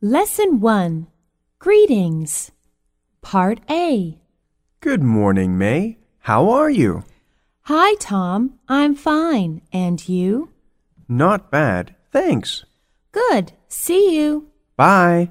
Lesson 1 Greetings Part A Good morning, May. How are you? Hi, Tom. I'm fine. And you? Not bad, thanks. Good. See you. Bye.